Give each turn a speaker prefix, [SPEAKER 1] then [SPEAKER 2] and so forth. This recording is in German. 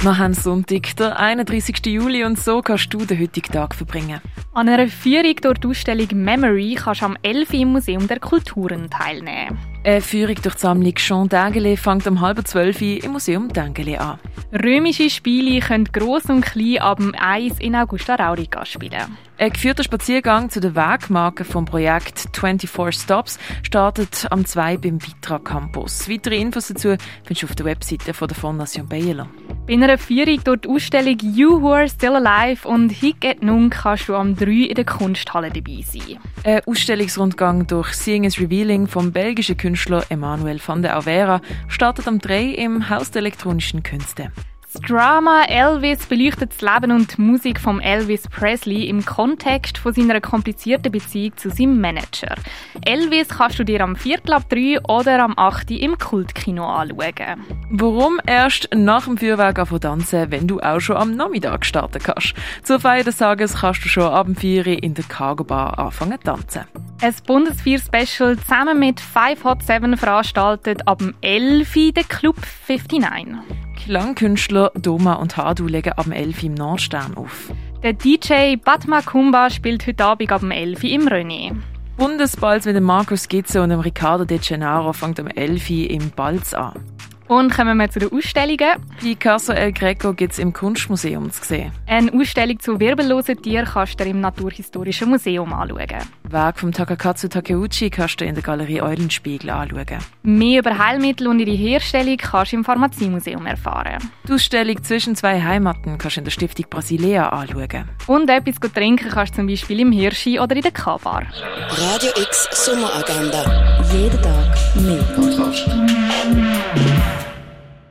[SPEAKER 1] Wir haben Sonntag, der 31. Juli, und so kannst du den heutigen Tag verbringen.
[SPEAKER 2] An einer Führung durch die Ausstellung Memory kannst du am 11. im Museum der Kulturen teilnehmen.
[SPEAKER 1] Eine Führung durch die Sammlung Jean Dengele fängt um halb zwölf Uhr im Museum Dengele an.
[SPEAKER 2] Römische Spiele können gross und klein ab dem 1 in Augusta Raurica spielen.
[SPEAKER 1] Ein geführter Spaziergang zu den Wegmarken vom Projekt 24 Stops startet am 2 beim Vitra Campus. Weitere Infos dazu findest du auf der Webseite von der Fondation Bayerland.
[SPEAKER 2] Bei einer Führung durch die Ausstellung You Who Are Still Alive und Hick et Nunc kannst du am 3 in der Kunsthalle dabei sein.
[SPEAKER 1] Ein Ausstellungsrundgang durch Seeing is Revealing vom belgischen Künstler Emmanuel van der Avera startet am 3 im Haus der elektronischen Künste.
[SPEAKER 2] Das Drama Elvis beleuchtet das Leben und die Musik von Elvis Presley im Kontext von seiner komplizierten Beziehung zu seinem Manager. Elvis kannst du dir am Viertel ab 3 oder am 8 Uhr im Kultkino anschauen.
[SPEAKER 1] Warum erst nach dem Feuerwerk anfangen tanzen, wenn du auch schon am Nachmittag starten kannst? Zur Feier des Tages kannst du schon ab dem 4 Uhr in der Cargo Bar anfangen tanzen.
[SPEAKER 2] Ein Bundesvier-Special zusammen mit 5 Hot 7 veranstaltet ab dem 11 Uhr den Club 59.
[SPEAKER 1] Klangkünstler Doma und Hadu legen ab dem 11 Uhr im Nordstern auf.
[SPEAKER 2] Der DJ Batma Kumba spielt heute Abend ab dem 11 Uhr im René.
[SPEAKER 1] Bundesbalz mit dem Markus Gitze und dem Riccardo De Gennaro fängt am 11 Uhr im Balz an.
[SPEAKER 2] Und kommen wir zu den Ausstellungen.
[SPEAKER 1] Picasso El Greco gibt es im Kunstmuseum zu sehen.
[SPEAKER 2] Eine Ausstellung zu wirbellosen Tieren kannst du dir im Naturhistorischen Museum anschauen.
[SPEAKER 1] Werk von Takakatsu Takeuchi kannst du in der Galerie Eulenspiegel anschauen.
[SPEAKER 2] Mehr über Heilmittel und ihre Herstellung kannst du im Pharmaziemuseum erfahren.
[SPEAKER 1] Die Ausstellung «Zwischen zwei Heimaten» kannst du in der Stiftung Brasilia anschauen.
[SPEAKER 2] Und etwas gut trinken kannst du zum Beispiel im Hirschi oder in der K-Bar.
[SPEAKER 3] Radio X Sommeragenda. Jeden Tag mehr.